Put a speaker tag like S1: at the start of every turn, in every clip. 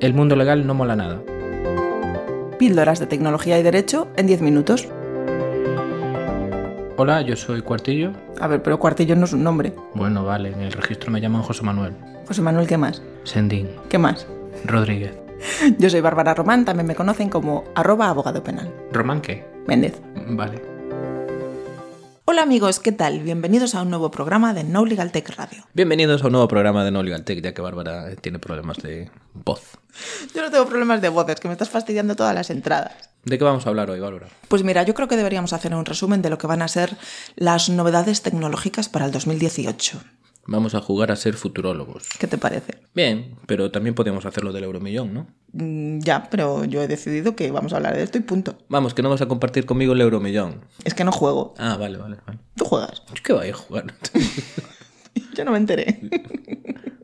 S1: el mundo legal no mola nada.
S2: Píldoras de tecnología y derecho en 10 minutos.
S1: Hola, yo soy Cuartillo.
S2: A ver, pero Cuartillo no es un nombre.
S1: Bueno, vale, en el registro me llaman José Manuel.
S2: José Manuel, ¿qué más?
S1: Sendín.
S2: ¿Qué más?
S1: Rodríguez.
S2: Yo soy Bárbara Román, también me conocen como arroba abogado penal.
S1: ¿Román qué?
S2: Méndez.
S1: Vale.
S2: Hola amigos, ¿qué tal? Bienvenidos a un nuevo programa de No Legal Tech Radio.
S1: Bienvenidos a un nuevo programa de No Legal Tech, ya que Bárbara eh, tiene problemas de voz.
S2: Yo no tengo problemas de voces, que me estás fastidiando todas las entradas.
S1: ¿De qué vamos a hablar hoy, Bárbara?
S2: Pues mira, yo creo que deberíamos hacer un resumen de lo que van a ser las novedades tecnológicas para el 2018.
S1: Vamos a jugar a ser futurólogos.
S2: ¿Qué te parece?
S1: Bien, pero también podemos hacerlo del euromillón, ¿no?
S2: Mm, ya, pero yo he decidido que vamos a hablar de esto y punto.
S1: Vamos, que no vas a compartir conmigo el euromillón.
S2: Es que no juego.
S1: Ah, vale, vale, vale.
S2: Tú juegas.
S1: Yo ¿Qué voy a jugar?
S2: Yo no me enteré.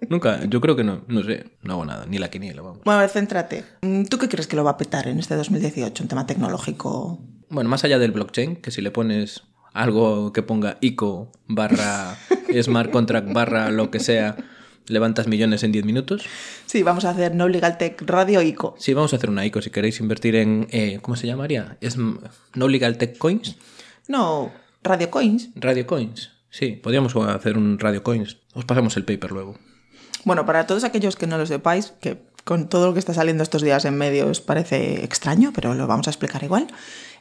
S1: Nunca, yo creo que no, no sé, no hago nada, ni la quiniela, vamos.
S2: Bueno, a ver, céntrate. Mm, ¿Tú qué crees que lo va a petar en este 2018 en tema tecnológico?
S1: Bueno, más allá del blockchain, que si le pones algo que ponga ICO barra smart contract barra lo que sea, levantas millones en 10 minutos.
S2: Sí, vamos a hacer No Legal Tech Radio ICO.
S1: Sí, vamos a hacer una ICO si queréis invertir en, eh, ¿cómo se llamaría? Es no Legal Tech Coins,
S2: No, Radio Coins.
S1: Radio Coins. Sí, podríamos hacer un Radio Coins. Os pasamos el paper luego.
S2: Bueno, para todos aquellos que no lo sepáis, que con todo lo que está saliendo estos días en medios parece extraño, pero lo vamos a explicar igual.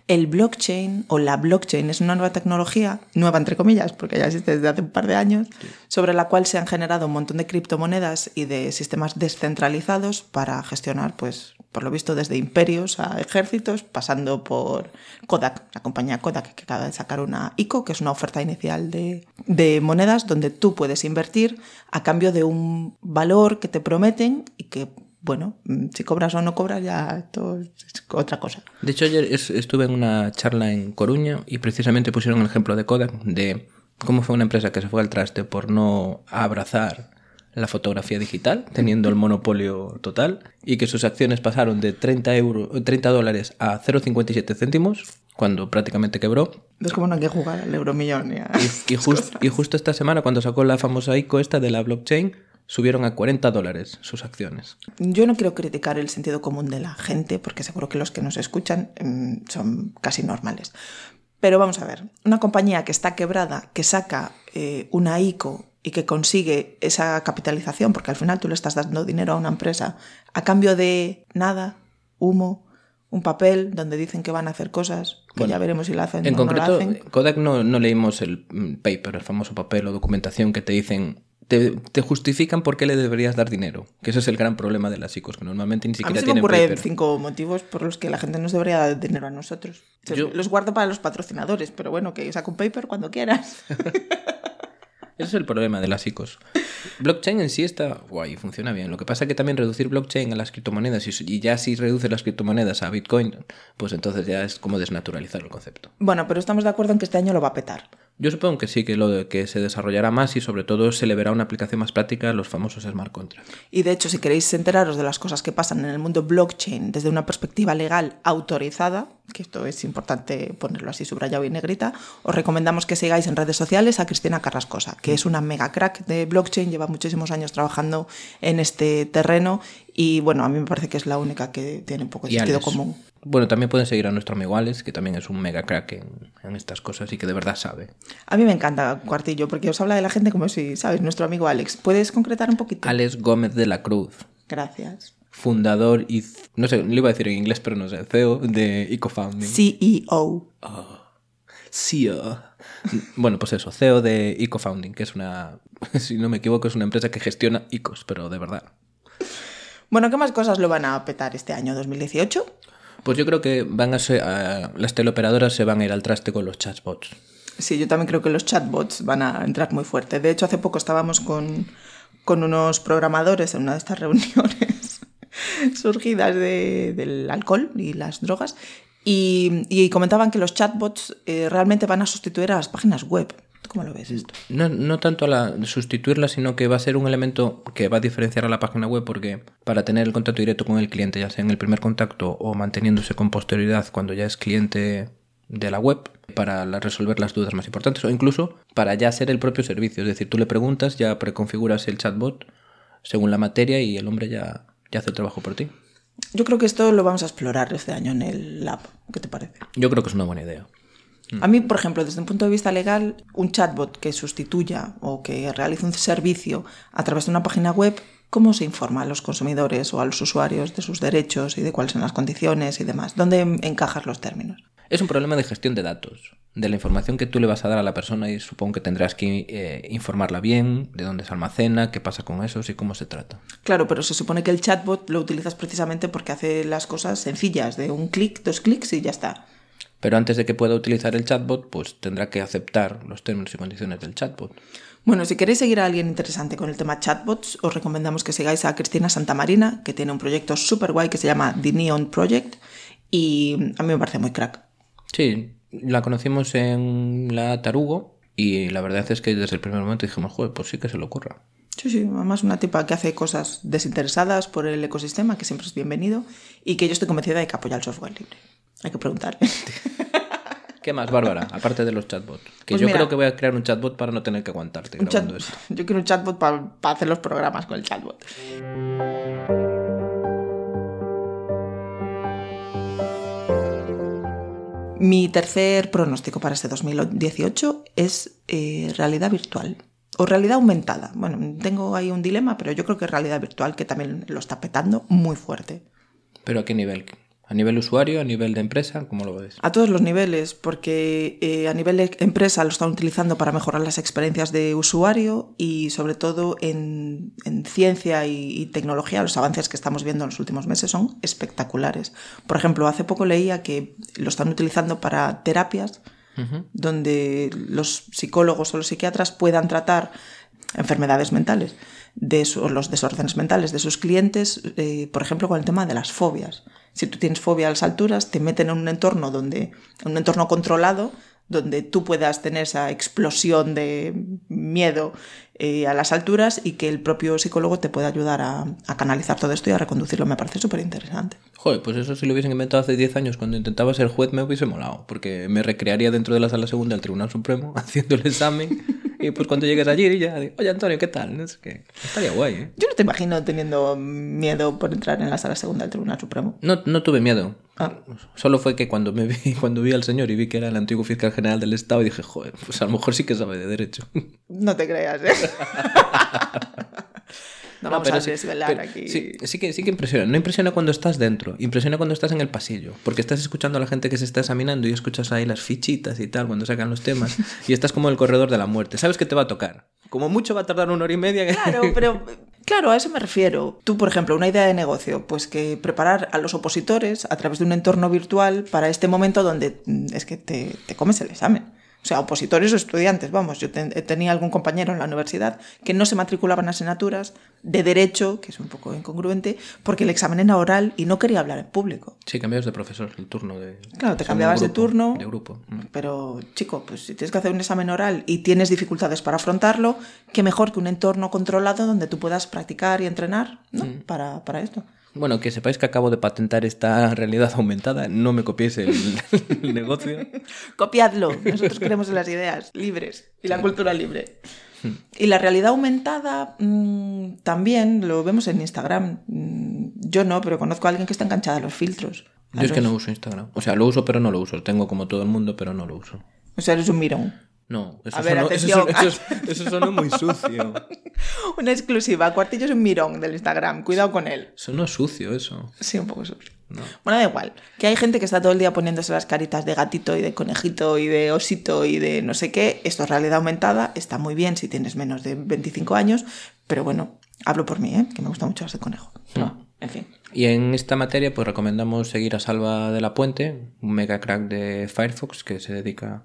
S2: El blockchain o la blockchain es una nueva tecnología, nueva entre comillas, porque ya existe desde hace un par de años, sobre la cual se han generado un montón de criptomonedas y de sistemas descentralizados para gestionar, pues, por lo visto, desde imperios a ejércitos, pasando por Kodak, la compañía Kodak, que acaba de sacar una ICO, que es una oferta inicial de, de monedas donde tú puedes invertir a cambio de un valor que te prometen y que, bueno, mm, si cobras o no cobras, ya esto es otra cosa.
S1: De hecho, ayer es- estuve en una charla en Coruña y precisamente pusieron el ejemplo de Kodak, de cómo fue una empresa que se fue al traste por no abrazar la fotografía digital, teniendo el monopolio total, y que sus acciones pasaron de 30, euro- 30 dólares a 0,57 céntimos, cuando prácticamente quebró.
S2: Es como no hay que jugar al euromillón. ya.
S1: Y, jus- y justo esta semana, cuando sacó la famosa ICO esta de la blockchain, subieron a 40 dólares sus acciones.
S2: Yo no quiero criticar el sentido común de la gente, porque seguro que los que nos escuchan mm, son casi normales. Pero vamos a ver, una compañía que está quebrada, que saca eh, una ICO y que consigue esa capitalización, porque al final tú le estás dando dinero a una empresa a cambio de nada, humo, un papel donde dicen que van a hacer cosas, que
S1: Bueno,
S2: ya veremos si la hacen
S1: En
S2: o no la
S1: concreto,
S2: hacen.
S1: Kodak no, no leímos el mm, paper, el famoso papel o documentación que te dicen, te, te justifican por qué le deberías dar dinero. Que ese es el gran problema de las ICOs, que normalmente ni
S2: A mí
S1: siquiera
S2: se me
S1: tienen
S2: ocurren
S1: paper.
S2: cinco motivos por los que la gente nos debería dar dinero a nosotros. Se-
S1: Yo-
S2: Los guardo para los patrocinadores, pero bueno, que saco un paper cuando quieras.
S1: Ese es el problema de las ICOs. Blockchain en sí está guay, funciona bien. Lo que pasa que también reducir blockchain a las criptomonedas y, su- y ya si reduces las criptomonedas a Bitcoin, pues entonces ya es como desnaturalizar el concepto.
S2: Bueno, pero estamos de acuerdo en que este año lo va a petar.
S1: Yo supongo que sí, que lo de- que se desarrollará más y sobre todo se le verá una aplicación más práctica a los famosos smart contracts.
S2: Y de hecho, si queréis enteraros de las cosas que pasan en el mundo blockchain desde una perspectiva legal autorizada, que esto es importante ponerlo así subrayado y negrita, os recomendamos que sigáis en redes sociales a Cristina Carrascosa, que es una mega crack de blockchain, lleva muchísimos años trabajando en este terreno y bueno, a mí me parece que es la única que tiene un poco de
S1: Y
S2: sentido
S1: Alex.
S2: común.
S1: Bueno, también pueden seguir a nuestro amigo Alex, que también es un mega crack en, en estas cosas y que de verdad sabe.
S2: A mí me encanta Cuartillo porque os habla de la gente como si, ¿sabes? Nuestro amigo Alex. ¿Puedes concretar un poquito?
S1: Alex Gómez de la Cruz,
S2: Gracias.
S1: fundador y... c- No sé, lo iba a decir en inglés, pero no sé, CEO de EcoFounding.
S2: E CEO.
S1: CEO. E Bueno, pues eso, CEO de EcoFounding, que es una... Si no me equivoco, es una empresa que gestiona ICOs, pero de verdad.
S2: Bueno, ¿qué más cosas lo van a petar este año 2018?
S1: Pues yo creo que van a ser, a- las teleoperadoras se van a ir al traste con los chatbots.
S2: Sí, yo también creo que los chatbots van a entrar muy fuerte. De hecho, hace poco estábamos con, con unos programadores en una de estas reuniones surgidas de- del alcohol y las drogas y, y comentaban que los chatbots eh, realmente van a sustituir a las páginas web. ¿Tú cómo lo ves esto?
S1: No, no tanto a la, sustituirla, sino que va a ser un elemento que va a diferenciar a la página web porque para tener el contacto directo con el cliente, ya sea en el primer contacto o manteniéndose con posterioridad cuando ya es cliente de la web, para la- resolver las dudas más importantes o incluso para ya ser el propio servicio. Es decir, tú le preguntas, ya preconfiguras el chatbot según la materia y el hombre ya ya hace el trabajo por ti.
S2: Yo creo que esto lo vamos a explorar este año en el lab. ¿Qué te parece?
S1: Yo creo que es una buena idea.
S2: A mí, por ejemplo, desde un punto de vista legal, un chatbot que sustituya o que realice un servicio a través de una página web, ¿cómo se informa a los consumidores o a los usuarios de sus derechos y de cuáles son las condiciones y demás? ¿Dónde encajas los términos?
S1: Es un problema de gestión de datos, de la información que tú le vas a dar a la persona y supongo que tendrás que eh, informarla bien, de dónde se almacena, qué pasa con eso y cómo se trata.
S2: Claro, pero se supone que el chatbot lo utilizas precisamente porque hace las cosas sencillas, de un clic, dos clics y ya está.
S1: Pero antes de que pueda utilizar el chatbot, pues tendrá que aceptar los términos y condiciones del chatbot.
S2: Bueno, si queréis seguir a alguien interesante con el tema chatbots, os recomendamos que sigáis a Cristina Santamarina, que tiene un proyecto súper guay que se llama The Neon Project, y a mí me parece muy crack.
S1: Sí, la conocimos en la Tarugo y la verdad es que desde el primer momento dijimos, joder, pues sí que se le ocurra.
S2: Sí, sí, además una tipa que hace cosas desinteresadas por el ecosistema, que siempre es bienvenido, y que yo estoy convencida de que apoya el software libre. Hay que preguntar.
S1: ¿Qué más, Bárbara? Aparte de los chatbots. Que
S2: Pues
S1: yo
S2: mira.
S1: creo que voy a crear un chatbot para no tener que aguantarte
S2: Un
S1: grabando
S2: chat-
S1: esto.
S2: Yo quiero un chatbot para hacer los programas con el chatbot. Mi tercer pronóstico para este 2018 es eh, realidad virtual o realidad aumentada. Bueno, tengo ahí un dilema, pero yo creo que es realidad virtual que también lo está petando muy fuerte.
S1: Pero ¿a qué nivel? ¿A nivel usuario? ¿A nivel de empresa? ¿Cómo lo ves?
S2: A todos los niveles, porque eh, a nivel de empresa lo están utilizando para mejorar las experiencias de usuario y sobre todo en, en ciencia y, y tecnología, los avances que estamos viendo en los últimos meses son espectaculares. Por ejemplo, hace poco leía que lo están utilizando para terapias
S1: Ujú.
S2: donde los psicólogos o los psiquiatras puedan tratar enfermedades mentales de su- o los desórdenes mentales de sus clientes, eh, por ejemplo, con el tema de las fobias. Si tú tienes fobia a las alturas, te meten en un entorno donde, en un entorno controlado, donde tú puedas tener esa explosión de miedo eh, a las alturas y que el propio psicólogo te pueda ayudar a, a canalizar todo esto y a reconducirlo. Me parece súper interesante.
S1: Joder, pues eso si lo hubiesen inventado hace 10 años cuando intentaba ser juez me hubiese molado, porque me recrearía dentro de la sala segunda del Tribunal Supremo haciendo el examen y pues cuando llegues allí ya, digo, oye Antonio, ¿qué tal? No sé qué. Estaría guay, ¿eh?
S2: Yo no te imagino teniendo miedo por entrar en la sala segunda del Tribunal Supremo.
S1: No, no tuve miedo.
S2: Ah.
S1: Solo fue que cuando me vi, cuando vi al señor y vi que era el antiguo fiscal general del Estado, dije, joder, pues a lo mejor sí que sabe de derecho.
S2: No te creas, ¿eh? no vamos
S1: pero
S2: a
S1: sí-
S2: desvelar
S1: pero
S2: aquí.
S1: Sí, sí que, sí que impresiona. No impresiona cuando estás dentro, impresiona cuando estás en el pasillo. Porque estás escuchando a la gente que se está examinando y escuchas ahí las fichitas y tal cuando sacan los temas. Y estás como en el corredor de la muerte. Sabes que te va a tocar. Como mucho va a tardar una hora y media.
S2: Claro, pero claro, a eso me refiero. Tú, por ejemplo, una idea de negocio, pues que preparar a los opositores a través de un entorno virtual para este momento donde mm, es que te, te comes el examen. O sea, opositores o estudiantes, vamos, yo ten- tenía algún compañero en la universidad que no se matriculaba en asignaturas de derecho, que es un poco incongruente, porque el examen era oral y no quería hablar en público.
S1: Sí, cambiabas de profesor, el turno de...
S2: Claro, te
S1: según
S2: cambiabas de
S1: grupo,
S2: turno.
S1: De grupo. Mm.
S2: Pero, chico, pues si tienes que hacer un examen oral y tienes dificultades para afrontarlo, qué mejor que un entorno controlado donde tú puedas practicar y entrenar ¿no?
S1: Mm.
S2: para, para esto.
S1: Bueno, que sepáis que acabo de patentar esta realidad aumentada. No me copiéis el, el negocio.
S2: Copiadlo, nosotros queremos las ideas libres y la cultura libre.
S1: Mm.
S2: Y la realidad aumentada mm, también lo vemos en Instagram. Mm, yo no, pero conozco a alguien que está enganchada a los filtros. A
S1: Yo es que
S2: los-
S1: no uso Instagram. O sea, lo uso, pero no lo uso. Tengo como todo el mundo, pero no lo uso.
S2: O sea, eres un mirón.
S1: No, eso,
S2: A ver,
S1: sonó, eso, sonó-
S2: atención.
S1: eso- eso sonó muy sucio.
S2: Una exclusiva. Cuartillo es un mirón del Instagram. Cuidado con él.
S1: Sonó sucio eso.
S2: Sí, un poco sucio. Bueno, da igual. Que hay gente que está todo el día poniéndose las caritas de gatito y de conejito y de osito y de no sé qué. Esto es realidad aumentada. Está muy bien si tienes menos de 25 años. Pero bueno, hablo por mí, ¿eh? que me gusta mucho las de conejo. No, en fin.
S1: Y en esta materia, pues recomendamos seguir a Salva de la Puente, un mega crack de Firefox que se dedica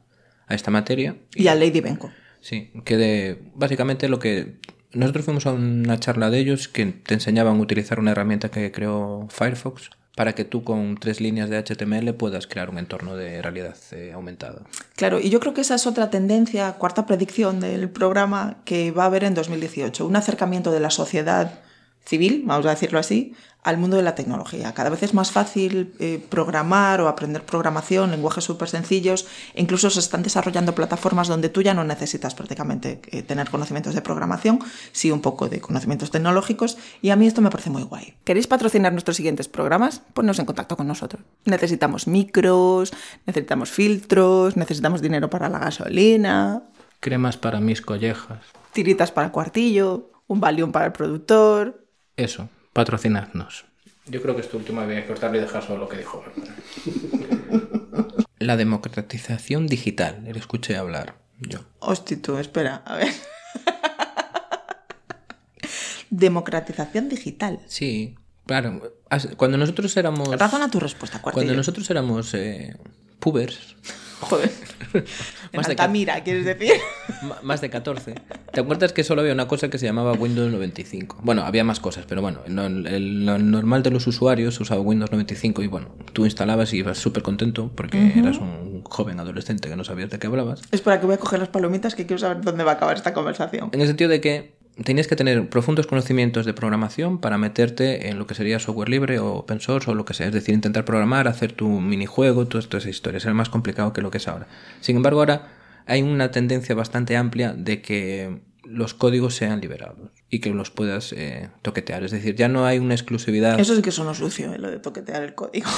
S1: a esta materia.
S2: Y a Lady Benko.
S1: Sí, que de, básicamente lo que... Nosotros fuimos a una charla de ellos que te enseñaban a utilizar una herramienta que creó Firefox para que tú con tres líneas de HTML puedas crear un entorno de realidad eh, aumentada.
S2: Claro, y yo creo que esa es otra tendencia, cuarta predicción del programa que va a haber en 2018. Un acercamiento de la sociedad civil, vamos a decirlo así, al mundo de la tecnología. Cada vez es más fácil eh, programar o aprender programación, lenguajes súper sencillos, e incluso se están desarrollando plataformas donde tú ya no necesitas prácticamente eh, tener conocimientos de programación, sí un poco de conocimientos tecnológicos, y a mí esto me parece muy guay. ¿Queréis patrocinar nuestros siguientes programas? Ponnos en contacto con nosotros. Necesitamos micros, necesitamos filtros, necesitamos dinero para la gasolina,
S1: Cremas para mis collejas.
S2: tiritas para el cuartillo, un valium para el productor,
S1: Eso, patrocinadnos. Yo creo que es tu última vez cortarle y dejar solo lo que dijo La democratización digital, le escuché hablar yo.
S2: Hostia, tú, espera, a ver. Democratización digital.
S1: Sí, claro. as- Cuando nosotros éramos.
S2: Razona tu respuesta, cuartillo.
S1: Cuando nosotros éramos eh, pubers,
S2: Joder. En
S1: Más de ca-
S2: Altamira, quieres decir.
S1: ma- más de 14, ¿te acuerdas que solo había una cosa que se llamaba Windows 95? Bueno, había más cosas, pero bueno, lo, el- lo normal de los usuarios usaba Windows 95 y bueno, tú instalabas y ibas súper contento porque eras un joven adolescente que no sabías de qué hablabas.
S2: Espera, que voy a coger las palomitas que quiero saber dónde va a acabar esta conversación.
S1: En el sentido de que tenías que tener profundos conocimientos de programación para meterte en lo que sería software libre o open source o lo que sea. Es decir, intentar programar, hacer tu minijuego, todas estas historias. Era más complicado que lo que es ahora. Sin embargo, ahora hay una tendencia bastante amplia de que los códigos sean liberados y que los puedas eh, toquetear. Es decir, ya no hay una exclusividad.
S2: Eso sí que suena sucio, eh, lo de toquetear el código.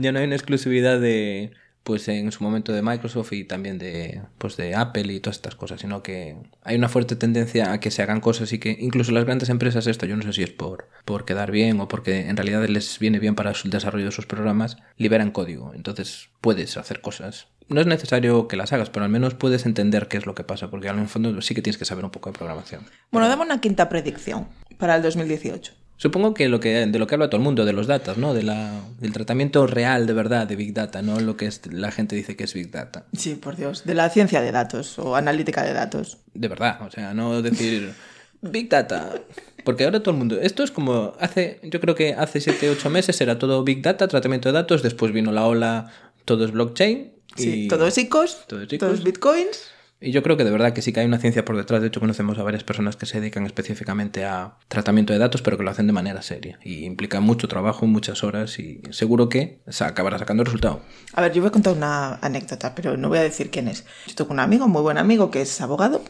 S1: ya no hay una exclusividad de pues en su momento de Microsoft y también de pues de Apple y todas estas cosas, sino que hay una fuerte tendencia a que se hagan cosas y que incluso las grandes empresas esto, yo no sé si es por por quedar bien o porque en realidad les viene bien para el desarrollo de sus programas, liberan código, entonces puedes hacer cosas. No es necesario que las hagas, pero al menos puedes entender qué es lo que pasa, porque al fondo sí que tienes que saber un poco de programación.
S2: Bueno, dame una quinta predicción para el 2018.
S1: Supongo que, lo que de lo que habla todo el mundo, de los datos, ¿no? De la, del tratamiento real, de verdad, de Big Data, no lo que es- la gente dice que es Big Data.
S2: Sí, por Dios. De la ciencia de datos o analítica de datos.
S1: De verdad, o sea, no decir Big Data. Porque ahora todo el mundo, esto es como hace, yo creo que hace 7, 8 meses era todo Big Data, tratamiento de datos, después vino la ola, todo es blockchain. Y,
S2: Sí, todos ICOs,
S1: Todos
S2: todos,
S1: ICOs.
S2: bitcoins.
S1: y yo creo que de verdad que sí que hay una ciencia por detrás. De hecho, conocemos a varias personas que se dedican específicamente a tratamiento de datos, pero que lo hacen de manera seria. Y implica mucho trabajo, muchas horas y seguro que se acabará sacando el resultado.
S2: A ver, yo voy a contar una anécdota, pero no voy a decir quién es. Yo tengo un amigo, muy buen amigo, que es abogado.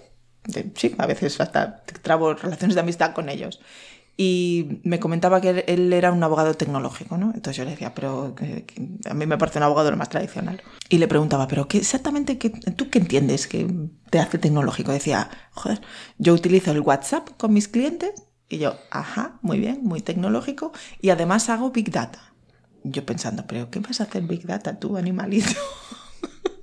S2: De- sí, a veces hasta trabo relaciones de amistad con ellos. Y me comentaba que él- él era un abogado tecnológico, ¿no? Entonces yo le decía, pero que- que a mí me parece un abogado lo más tradicional. Y le preguntaba, pero qué exactamente, qué, ¿tú qué entiendes que te hace tecnológico? Decía, joder, yo utilizo el WhatsApp con mis clientes y yo, ajá, muy bien, muy tecnológico. Y además hago Big Data. Yo pensando, pero ¿qué vas a hacer Big Data tú, animalito?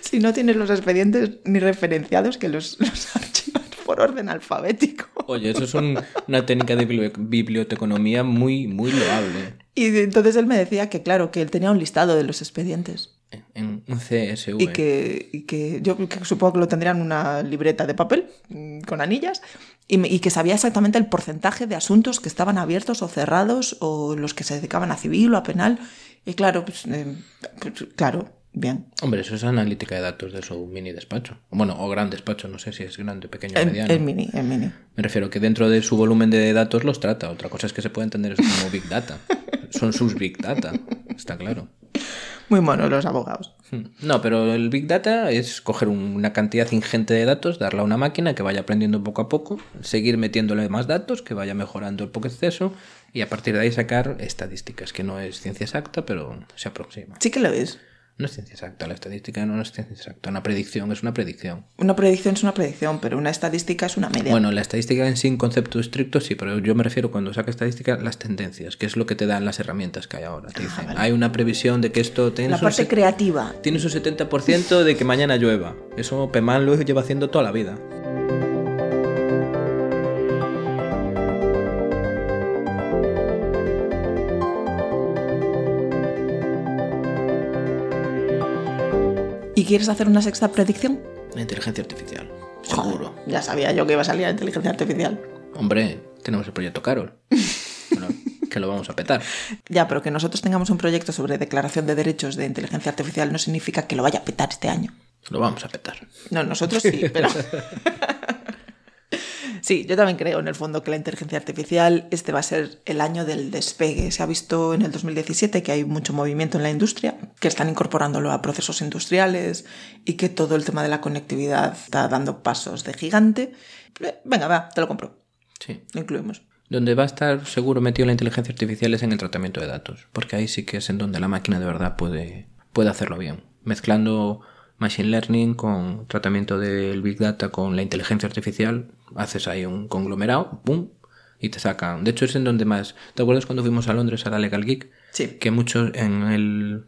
S2: si no tienes los expedientes ni referenciados que los, los archivas por orden alfabético.
S1: Oye, eso es un- una técnica de bibli- biblioteconomía muy, muy loable.
S2: Y entonces él me decía que, claro, que él tenía un listado de los expedientes.
S1: En un CSV.
S2: Y que, y que yo que supongo que lo tendrían en una libreta de papel mm, con anillas y, me- y que sabía exactamente el porcentaje de asuntos que estaban abiertos o cerrados o los que se dedicaban a civil o a penal. Y claro, pues, eh, pues, claro, bien.
S1: Hombre, eso es analítica de datos de su mini despacho. Bueno, o gran despacho, no sé si es grande, pequeño o
S2: El,
S1: mediano.
S2: el mini, el mini.
S1: Me refiero que dentro de su volumen de datos los trata. Otra cosa es que se puede entender eso como Big Data. Son sus Big Data, está claro.
S2: Muy monos los abogados.
S1: Hmm. No, pero el Big Data es coger un- una cantidad ingente de datos, darla a una máquina que vaya aprendiendo poco a poco, seguir metiéndole más datos, que vaya mejorando el poco exceso y a partir de ahí sacar estadísticas, que no es ciencia exacta, pero se aproxima.
S2: Sí que lo es.
S1: No es ciencia exacta, la estadística no es ciencia exacta, una predicción es una predicción.
S2: Una predicción es una predicción, pero una estadística es una media.
S1: Bueno, la estadística en sí, en concepto estricto, sí, pero yo me refiero cuando saca estadística, las tendencias, que es lo que te dan las herramientas que hay ahora. Te dicen, hay una previsión de que esto tiene
S2: Ah, la
S1: un
S2: parte
S1: set-
S2: creativa.
S1: tienes un 70% de que mañana llueva. Eso Pemán lo lleva haciendo toda la vida.
S2: ¿Y quieres hacer una sexta predicción?
S1: La inteligencia artificial, seguro.
S2: Joder, ya sabía yo que iba a salir la inteligencia artificial.
S1: Hombre, tenemos el proyecto Carol. Bueno, que lo vamos a petar.
S2: Ya, pero que nosotros tengamos un proyecto sobre declaración de derechos de inteligencia artificial no significa que lo vaya a petar este año.
S1: Lo vamos a petar.
S2: No, nosotros sí, pero... Sí, yo también creo en el fondo que la inteligencia artificial, este va a ser el año del despegue. Se ha visto en el 2017 que hay mucho movimiento en la industria, que están incorporándolo a procesos industriales y que todo el tema de la conectividad está dando pasos de gigante. Venga, va, te lo compro.
S1: Sí.
S2: Lo incluimos.
S1: Donde va a estar seguro metido la inteligencia artificial es en el tratamiento de datos, porque ahí sí que es en donde la máquina de verdad puede, puede hacerlo bien, mezclando machine learning con tratamiento del big data con la inteligencia artificial, haces ahí un conglomerado, pum, y te sacan. De hecho es en donde más. ¿Te acuerdas cuando fuimos a Londres a la Legal Geek?
S2: Sí.
S1: Que muchos en el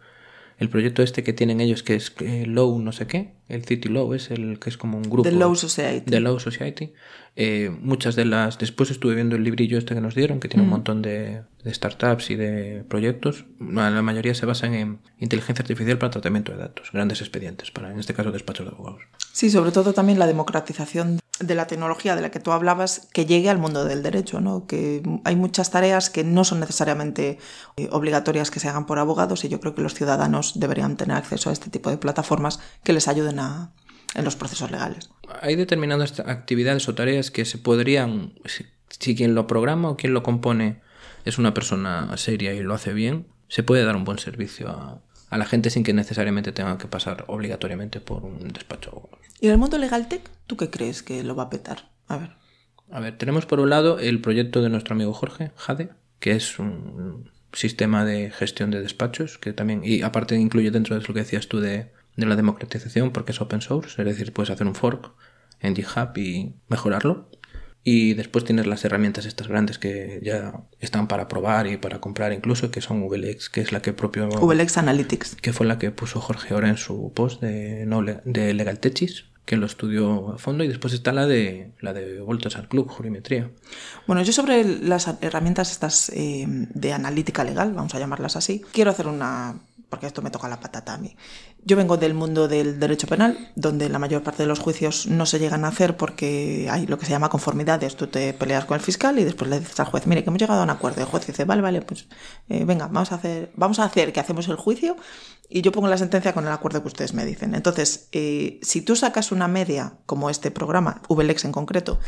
S1: el proyecto este que tienen ellos que es eh, Low no sé qué, el City Low es el que es como un grupo.
S2: The Low Society.
S1: The Low Society. Eh, muchas de las... Después estuve viendo el librillo este que nos dieron, que tiene un montón de, de startups y de proyectos. La la mayoría se basan en inteligencia artificial para tratamiento de datos, grandes expedientes, para en este caso despachos de abogados.
S2: Sí, sobre todo también la democratización de la tecnología de la que tú hablabas que llegue al mundo del derecho, ¿no? Que hay muchas tareas que no son necesariamente eh, obligatorias que se hagan por abogados y yo creo que los ciudadanos deberían tener acceso a este tipo de plataformas que les ayuden a, en los procesos legales.
S1: Hay determinadas actividades o tareas que se podrían, si, si quien lo programa o quien lo compone es una persona seria y lo hace bien, se puede dar un buen servicio a, a la gente sin que necesariamente tenga que pasar obligatoriamente por un despacho. de abogados.
S2: ¿Y en el mundo legal tech, tú qué crees que lo va a petar? A ver.
S1: A ver, tenemos por un lado el proyecto de nuestro amigo Jorge Jade, que es un sistema de gestión de despachos, que también, y aparte incluye dentro de lo que decías tú de, de la democratización, porque es open source, es decir, puedes hacer un fork en GitHub y mejorarlo. Y después tienes las herramientas estas grandes que ya están para probar y para comprar incluso, que son VLX, que es la que el propio
S2: VLX E Analytics.
S1: que fue la que puso Jorge ahora en su post de, no, le- de Legal Techis, que lo estudió a fondo, y después está la de la de Voltas al Club, Jurimetría.
S2: Bueno, yo sobre las herramientas estas eh, de analítica legal, vamos a llamarlas así, quiero hacer una... porque esto me toca la patata a mí. Yo vengo del mundo del derecho penal, donde la mayor parte de los juicios no se llegan a hacer porque hay lo que se llama conformidades. Tú te peleas con el fiscal y después le dices al juez, mire, que hemos llegado a un acuerdo. El juez dice, vale, vale, pues eh, venga, vamos a, hacer, vamos a hacer que hacemos el juicio y yo pongo la sentencia con el acuerdo que ustedes me dicen. Entonces, eh, si tú sacas una media, como este programa, VLEX en concreto,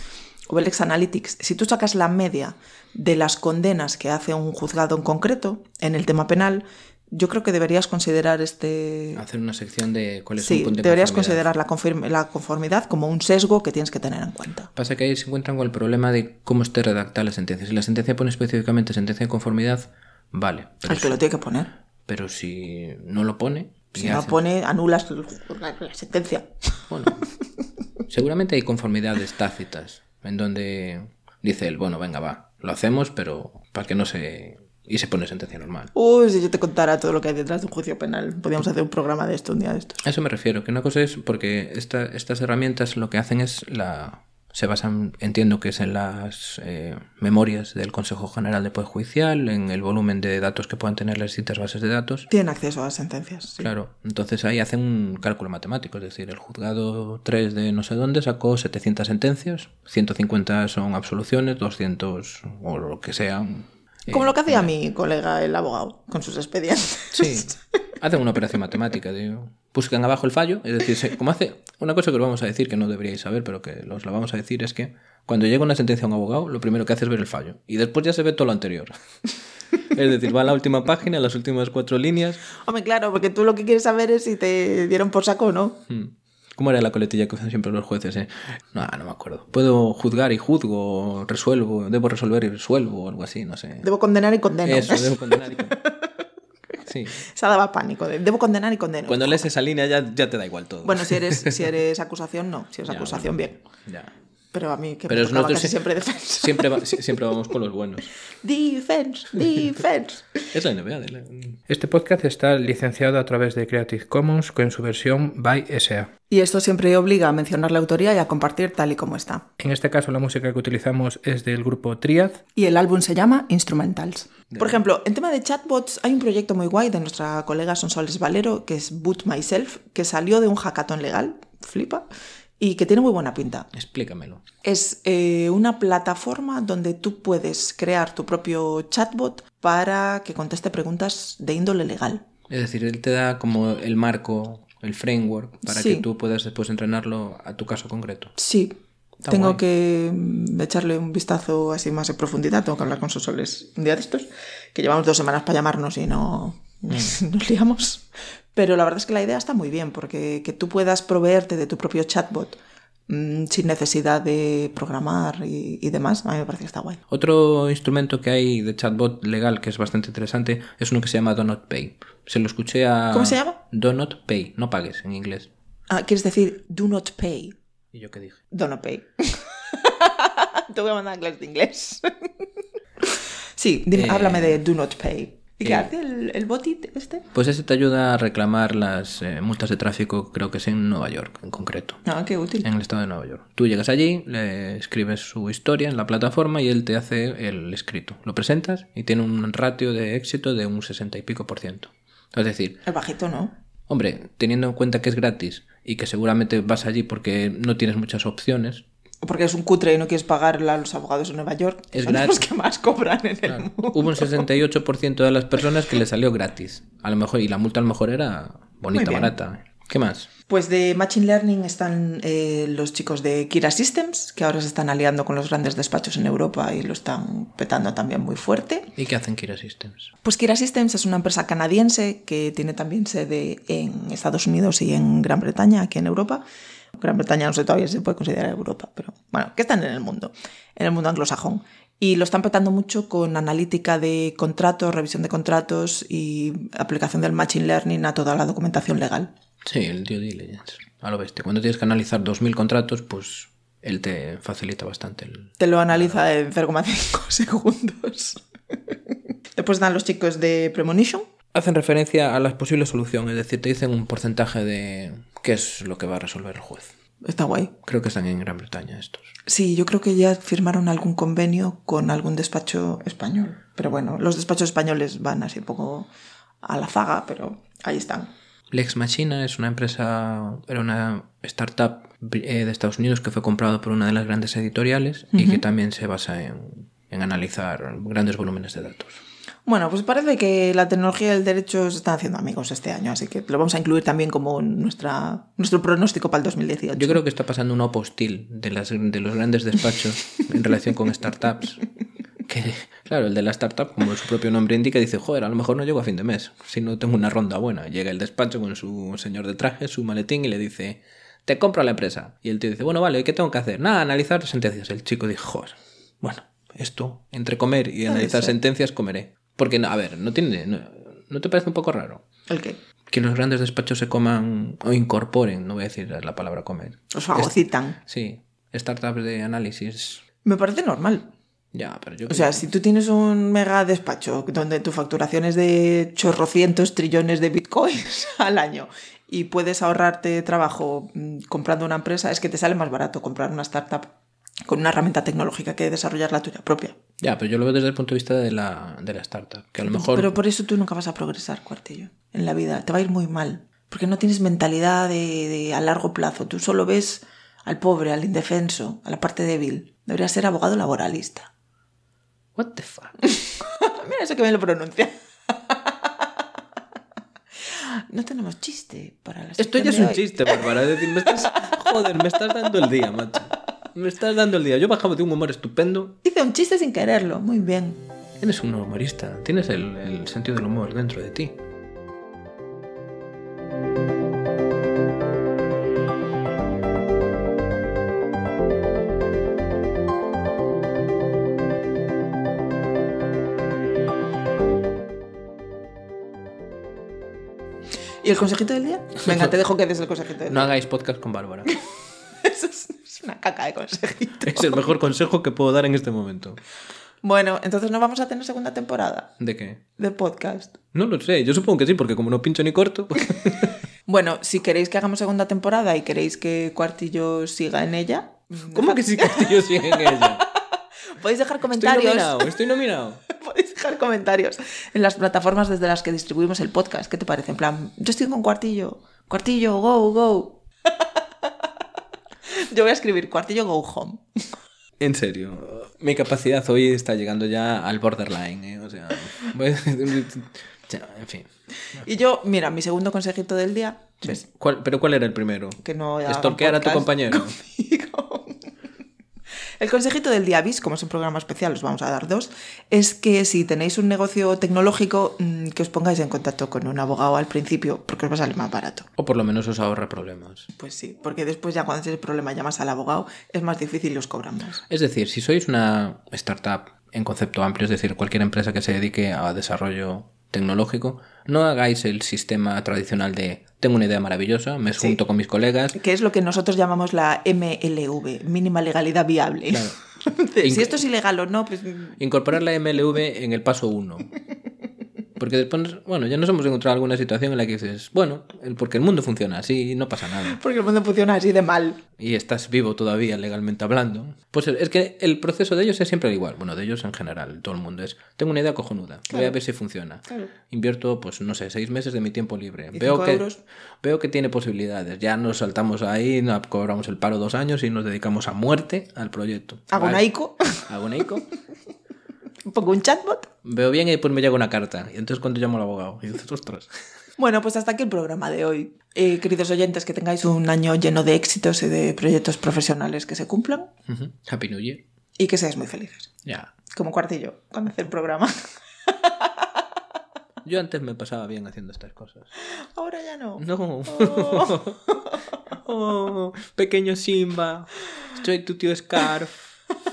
S2: VLEX Analytics, si tú sacas la media de las condenas que hace un juzgado en concreto en el tema penal, yo creo que deberías considerar este...
S1: Hacer una sección de cuál Ah, es un
S2: Sí,
S1: punto de
S2: deberías
S1: conformidad.
S2: considerar la, confirm- la conformidad como un sesgo que tienes que tener en cuenta.
S1: Pasa que ahí se encuentran con el problema de cómo esté redactada la sentencia. Si la sentencia pone específicamente sentencia de conformidad, vale. Pero,
S2: El que lo tiene que poner.
S1: pero si no lo pone,
S2: Si
S1: ¿qué
S2: no
S1: hace?
S2: pone, anulas la la sentencia.
S1: Bueno, seguramente hay conformidades tácitas en donde dice él, bueno, venga, va, lo hacemos, pero para que no se... Y se pone sentencia normal.
S2: Uy, si yo te contara todo lo que hay detrás de un juicio penal, podríamos hacer un programa de esto un día de estos.
S1: A eso me refiero, que una cosa es porque esta- estas herramientas lo que hacen es la... Se basan, entiendo que es en las eh, memorias del Consejo General de Poder Judicial, en el volumen de datos que puedan tener las distintas bases de datos.
S2: Tienen acceso a las sentencias. sí.
S1: Claro, entonces ahí hacen un cálculo matemático, es decir, el juzgado 3 de no sé dónde sacó 700 sentencias, 150 son absoluciones, 200 o lo que sean. eh,
S2: Como lo que hacía mi colega el abogado con sus expedientes.
S1: Sí, hacen una operación matemática, digo. Buscan abajo el fallo, es decir, se- como hace una cosa que os vamos a decir que no deberíais saber, pero que os la vamos a decir es que cuando llega una sentencia a un abogado, lo primero que hace es ver el fallo y después ya se ve todo lo anterior. Es decir, va a la última página, las últimas cuatro líneas.
S2: Hombre, claro, porque tú lo que quieres saber es si te dieron por saco o no.
S1: Mm. ¿Cómo era la coletilla que usan siempre los jueces? eh? No, no me acuerdo. Puedo juzgar y juzgo, o resuelvo, debo resolver y resuelvo, o algo así, no sé.
S2: Debo condenar y condeno.
S1: Eso, debo condenar. y con- Sí.
S2: Esa daba pánico. de, Debo condenar y condeno.
S1: Cuando lees esa línea ya, ya te da igual todo.
S2: Bueno, si eres, si eres acusación, no. Si eres
S1: Ya,
S2: acusación,
S1: bueno.
S2: bien.
S1: Ya.
S2: Pero a mí que
S1: Pero
S2: me tocaba
S1: nosotros
S2: casi
S1: sie-
S2: siempre defensa.
S1: Siempre, va- sie- siempre vamos con los buenos.
S2: Defense, defense.
S1: Es la NBA. de la-
S3: Este podcast está licenciado a través de Creative Commons con su versión by SA.
S2: Y esto siempre obliga a mencionar la autoría y a compartir tal y como está.
S3: En este caso la música que utilizamos es del grupo Triad.
S2: Y el álbum se llama Instrumentals. Por ejemplo, en tema de chatbots hay un proyecto muy guay de nuestra colega Sonsoles Valero, que es Boot Myself, que salió de un hackathon legal, flipa, y que tiene muy buena pinta.
S1: Explícamelo.
S2: Es eh, una plataforma donde tú puedes crear tu propio chatbot para que conteste preguntas de índole legal.
S1: Es decir, él te da como el marco, el framework, para
S2: Sí.
S1: que tú puedas después entrenarlo a tu caso concreto.
S2: Sí, tengo
S1: guay.
S2: que mm, echarle un vistazo así más en profundidad. Tengo que hablar con Sosoles un día de estos, que llevamos dos semanas para llamarnos y no nos liamos. Pero la verdad es que la idea está muy bien, porque que tú puedas proveerte de tu propio chatbot mm, sin necesidad de programar y, y demás, a mí me parece que está guay.
S1: Otro instrumento que hay de chatbot legal que es bastante interesante es uno que se llama Donut Pay. Se lo escuché a...
S2: ¿Cómo se llama?
S1: Donut Pay, no pagues en inglés.
S2: Ah, quieres decir, do not pay.
S1: ¿Y yo qué dije?
S2: Do not pay. Te voy a mandar clases de inglés. sí, dime-
S1: Eh,
S2: háblame de do not pay. ¿Y qué
S1: eh,
S2: hace el, el botit este?
S1: Pues ese te ayuda a reclamar las eh, multas de tráfico, creo que es en Nueva York en concreto.
S2: Ah, qué útil.
S1: En el estado de Nueva York. Tú llegas allí, le escribes su historia en la plataforma y él te hace el escrito. Lo presentas y tiene un ratio de éxito de un 60 y pico por ciento. Es decir,
S2: El bajito no.
S1: hombre, teniendo en cuenta que es gratis y que seguramente vas allí porque no tienes muchas opciones,
S2: Porque es un cutre y no quieres pagarle a los abogados de Nueva York.
S1: Es
S2: son
S1: gratis.
S2: los que más cobran en el mundo.
S1: hubo un 68% de las personas que le salió gratis. A lo mejor, y la multa a lo mejor era bonita,
S2: bien.
S1: barata. ¿Qué más?
S2: Pues de Machine Learning están eh, los chicos de Kira Systems, que ahora se están aliando con los grandes despachos en Europa y lo están petando también muy fuerte.
S1: ¿Y qué hacen Kira Systems?
S2: Pues Kira Systems es una empresa canadiense que tiene también sede en Estados Unidos y en Gran Bretaña, aquí en Europa. Gran Bretaña no sé todavía si se puede considerar Europa, pero bueno, que están en el mundo, en el mundo anglosajón. Y lo están petando mucho con analítica de contratos, revisión de contratos y aplicación del Machine Learning a toda la documentación legal.
S1: Sí, el due diligence. A lo bestia. Cuando tienes que analizar 2.000 contratos, pues él te facilita bastante el...
S2: Te lo analiza en 0,5 segundos. Después están los chicos de Premonition,
S1: Hacen referencia a las posibles soluciones, es decir, te dicen un porcentaje de qué es lo que va a resolver el juez.
S2: está guay.
S1: Creo que están en Gran Bretaña estos.
S2: Sí, yo creo que ya firmaron algún convenio con algún despacho español. Pero bueno, los despachos españoles van así un poco a la zaga, pero ahí están.
S1: Lex Machina es una empresa, era una startup eh, de Estados Unidos que fue comprado por una de las grandes editoriales y que también se basa en, en analizar grandes volúmenes de datos.
S2: Bueno, pues parece que la tecnología y el derecho se están haciendo amigos este año, así que lo vamos a incluir también como nuestra, nuestro pronóstico para el 2018.
S1: Yo creo que está pasando una opostil de, las, de los grandes despachos en relación con startups. Que, claro, el de la startup, como su propio nombre indica, dice, joder, a lo mejor no llego a fin de mes, si no tengo una ronda buena. Llega el despacho con su señor de traje, su maletín y le dice, te compro la empresa. Y el tío dice, bueno, vale, ¿qué tengo que hacer? Nada, analizar sentencias. El chico dijo, joder, bueno, esto, entre comer y analizar
S2: ser.
S1: sentencias, comeré. Porque, no, a ver, no tiene... no- ¿No te parece un poco raro?
S2: ¿El qué?
S1: Que los grandes despachos se coman o incorporen, no voy a decir la palabra comer,
S2: Los fagocitan.
S1: Sí, startups de análisis.
S2: Me parece normal.
S1: Ya, pero yo
S2: O
S1: creo
S2: sea, si tú tienes un mega despacho donde tu facturación es de chorrocientos trillones de bitcoins al año y puedes ahorrarte trabajo mm, comprando una empresa, es que te sale más barato comprar una startup con una herramienta tecnológica que desarrollar la tuya propia.
S1: ya, pero yo lo veo desde el punto de vista de la, de la startup, que a lo mejor
S2: Pero por eso tú nunca vas a progresar, cuartillo, en la vida. Te va a ir muy mal. Porque no tienes mentalidad de, de a largo plazo. Tú solo ves al pobre, al indefenso, a la parte débil. Deberías ser abogado laboralista.
S1: what the fuck.
S2: Mira eso que me lo pronuncia. No tenemos chiste para las
S1: Esto ya es un chiste, Bárbara, es decir, me estás joder, me estás dando el día, macho. Me estás dando el día. Yo bajaba de un humor estupendo.
S2: Hice un chiste sin quererlo, muy bien.
S1: Eres un humorista, tienes el, el sentido del humor dentro de ti.
S2: ¿Y el consejito del día? Venga, te dejo que des el consejito del
S1: No
S2: día.
S1: hagáis podcast con Bárbara.
S2: Eso es, es una caca de consejito.
S1: Es el mejor consejo que puedo dar en este momento.
S2: Bueno, entonces no vamos a tener segunda temporada
S1: ¿De qué?
S2: de podcast.
S1: No lo sé, yo supongo que sí, porque como no pincho ni corto,
S2: Bueno, si queréis que hagamos segunda temporada y queréis que Cuartillo siga en ella,
S1: ¿cómo que sí Castillo sigue en ella?
S2: podéis dejar
S1: Estoy
S2: comentarios.
S1: nominado, estoy nominado.
S2: Podéis dejar comentarios en las plataformas desde las que distribuimos el podcast. ¿Qué te parece? En plan, yo estoy con Cuartillo. Cuartillo, go, go. Yo voy a escribir Cuartillo, go home.
S1: En serio, mi capacidad hoy está llegando ya al borderline, ¿eh? O sea, voy a- ya, en fin.
S2: Y yo, mira, mi segundo consejito del día, pues,
S1: ¿Cuál- ¿Pero cuál era el primero?
S2: que no... hagan
S1: ¿Estorquear a tu
S2: podcast
S1: compañero?
S2: conmigo. El consejito del día bis, como es un programa especial, os vamos a dar dos, es que si tenéis un negocio tecnológico, mm, que os pongáis en contacto con un abogado al principio, porque os va a salir más barato.
S1: O por lo menos os ahorra problemas.
S2: Pues sí, porque después ya cuando tienes el problema llamas al abogado, es más difícil y os cobran más.
S1: Es decir, si sois una startup en concepto amplio, es decir, cualquier empresa que se dedique a desarrollo tecnológico, no hagáis el sistema tradicional de tengo una idea maravillosa, me
S2: Sí.
S1: junto con mis colegas.
S2: Que es lo que nosotros llamamos la MLV, mínima legalidad viable.
S1: Claro.
S2: Entonces,
S1: Inc-
S2: si esto es ilegal o no, pues mm,
S1: Incorporar la MLV en el paso 1. Porque después, bueno, ya nos hemos encontrado alguna situación en la que dices, bueno, el- porque el mundo funciona así y no pasa nada.
S2: porque el mundo funciona así de mal.
S1: Y estás vivo todavía legalmente hablando. Pues es que el proceso de ellos es siempre el igual. Bueno, de ellos en general, todo el mundo es, tengo una idea cojonuda, voy a ver si funciona. Invierto, pues no sé, seis meses de mi tiempo libre.
S2: ¿Y
S1: Veo
S2: cinco
S1: que,
S2: euros?
S1: veo que tiene posibilidades. Ya nos saltamos ahí, no- cobramos el paro dos años y nos dedicamos a muerte al proyecto.
S2: Hago una
S1: Vale.
S2: ICO,
S1: Hago una ICO.
S2: pongo un chatbot.
S1: Veo bien y después me llega una carta. Y entonces cuando llamo al abogado. Y dices, ostras.
S2: Bueno, pues hasta aquí el programa de hoy. Eh, queridos oyentes, que tengáis un año lleno de éxitos y de proyectos profesionales que se cumplan
S1: Ujú. Happy New Year.
S2: y que seáis muy felices.
S1: Ya.
S2: Como cuartillo, cuando hace el programa.
S1: Yo antes me pasaba bien haciendo estas cosas.
S2: Ahora ya no.
S1: No.
S2: Oh.
S1: Oh, pequeño Simba. Soy tu tío Scarf.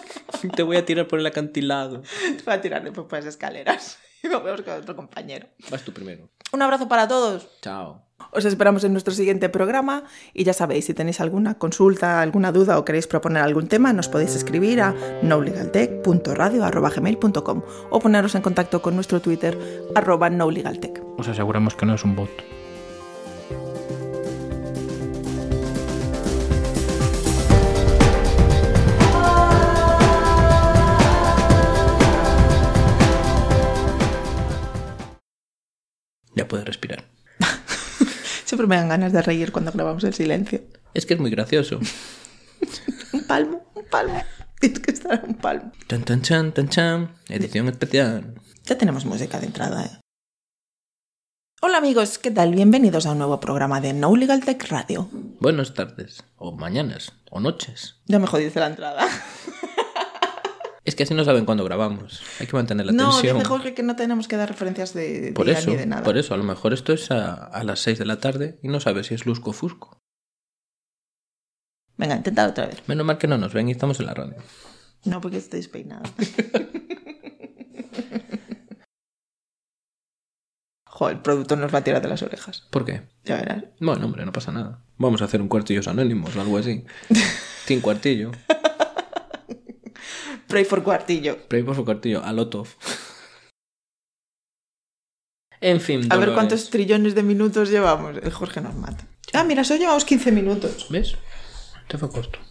S1: Te voy a tirar por el acantilado.
S2: Te voy a tirar después por las escaleras y me voy a buscar otro compañero.
S1: Vas tú primero.
S2: Un abrazo para todos.
S1: Chao.
S2: Os esperamos en nuestro siguiente programa y ya sabéis, si tenéis alguna consulta, alguna duda o queréis proponer algún tema, nos podéis escribir a nolegaltech.radio.gmail.com o poneros en contacto con nuestro Twitter arroba nolegaltech.
S3: Os aseguramos que no es un bot.
S1: Ya puedes respirar.
S2: Siempre me dan ganas de reír cuando grabamos el silencio.
S1: Es que es muy gracioso.
S2: Un palmo, un palmo. Tienes que estar a un palmo.
S1: Tan tan chan, tan chan. Edición especial.
S2: Ya tenemos música de entrada, ¿eh? Hola amigos, ¿qué tal? Bienvenidos a un nuevo programa de No Legal Tech Radio.
S1: Buenas tardes. O mañanas. O noches.
S2: Ya me jodiste la entrada.
S1: Es que así no saben cuándo grabamos. Hay que mantener la
S2: no,
S1: tensión.
S2: dice Jorge que no tenemos que dar referencias de, de
S1: Por
S2: día
S1: eso,
S2: ni de nada.
S1: por eso, a lo mejor esto es a, a las 6 de la tarde y no sabes si es Lusco o Fusco.
S2: Venga, intentad otra vez.
S1: Menos mal que no nos ven y estamos en la radio.
S2: No, porque estoy despeinada. Joder, el productor nos va a tirar de las orejas.
S1: ¿Por qué?
S2: Ya verás.
S1: Bueno, hombre, no pasa nada. Vamos a hacer un cuartillos anónimos o algo así. Sin cuartillo.
S2: Pray for cuartillo.
S1: Pray por su cuartillo. A lot of. En fin,
S2: A ver
S1: Dolores.
S2: cuántos trillones de minutos llevamos. El Jorge nos mata. Ah, mira, solo llevamos 15 minutos.
S1: ¿Ves? Te fue corto.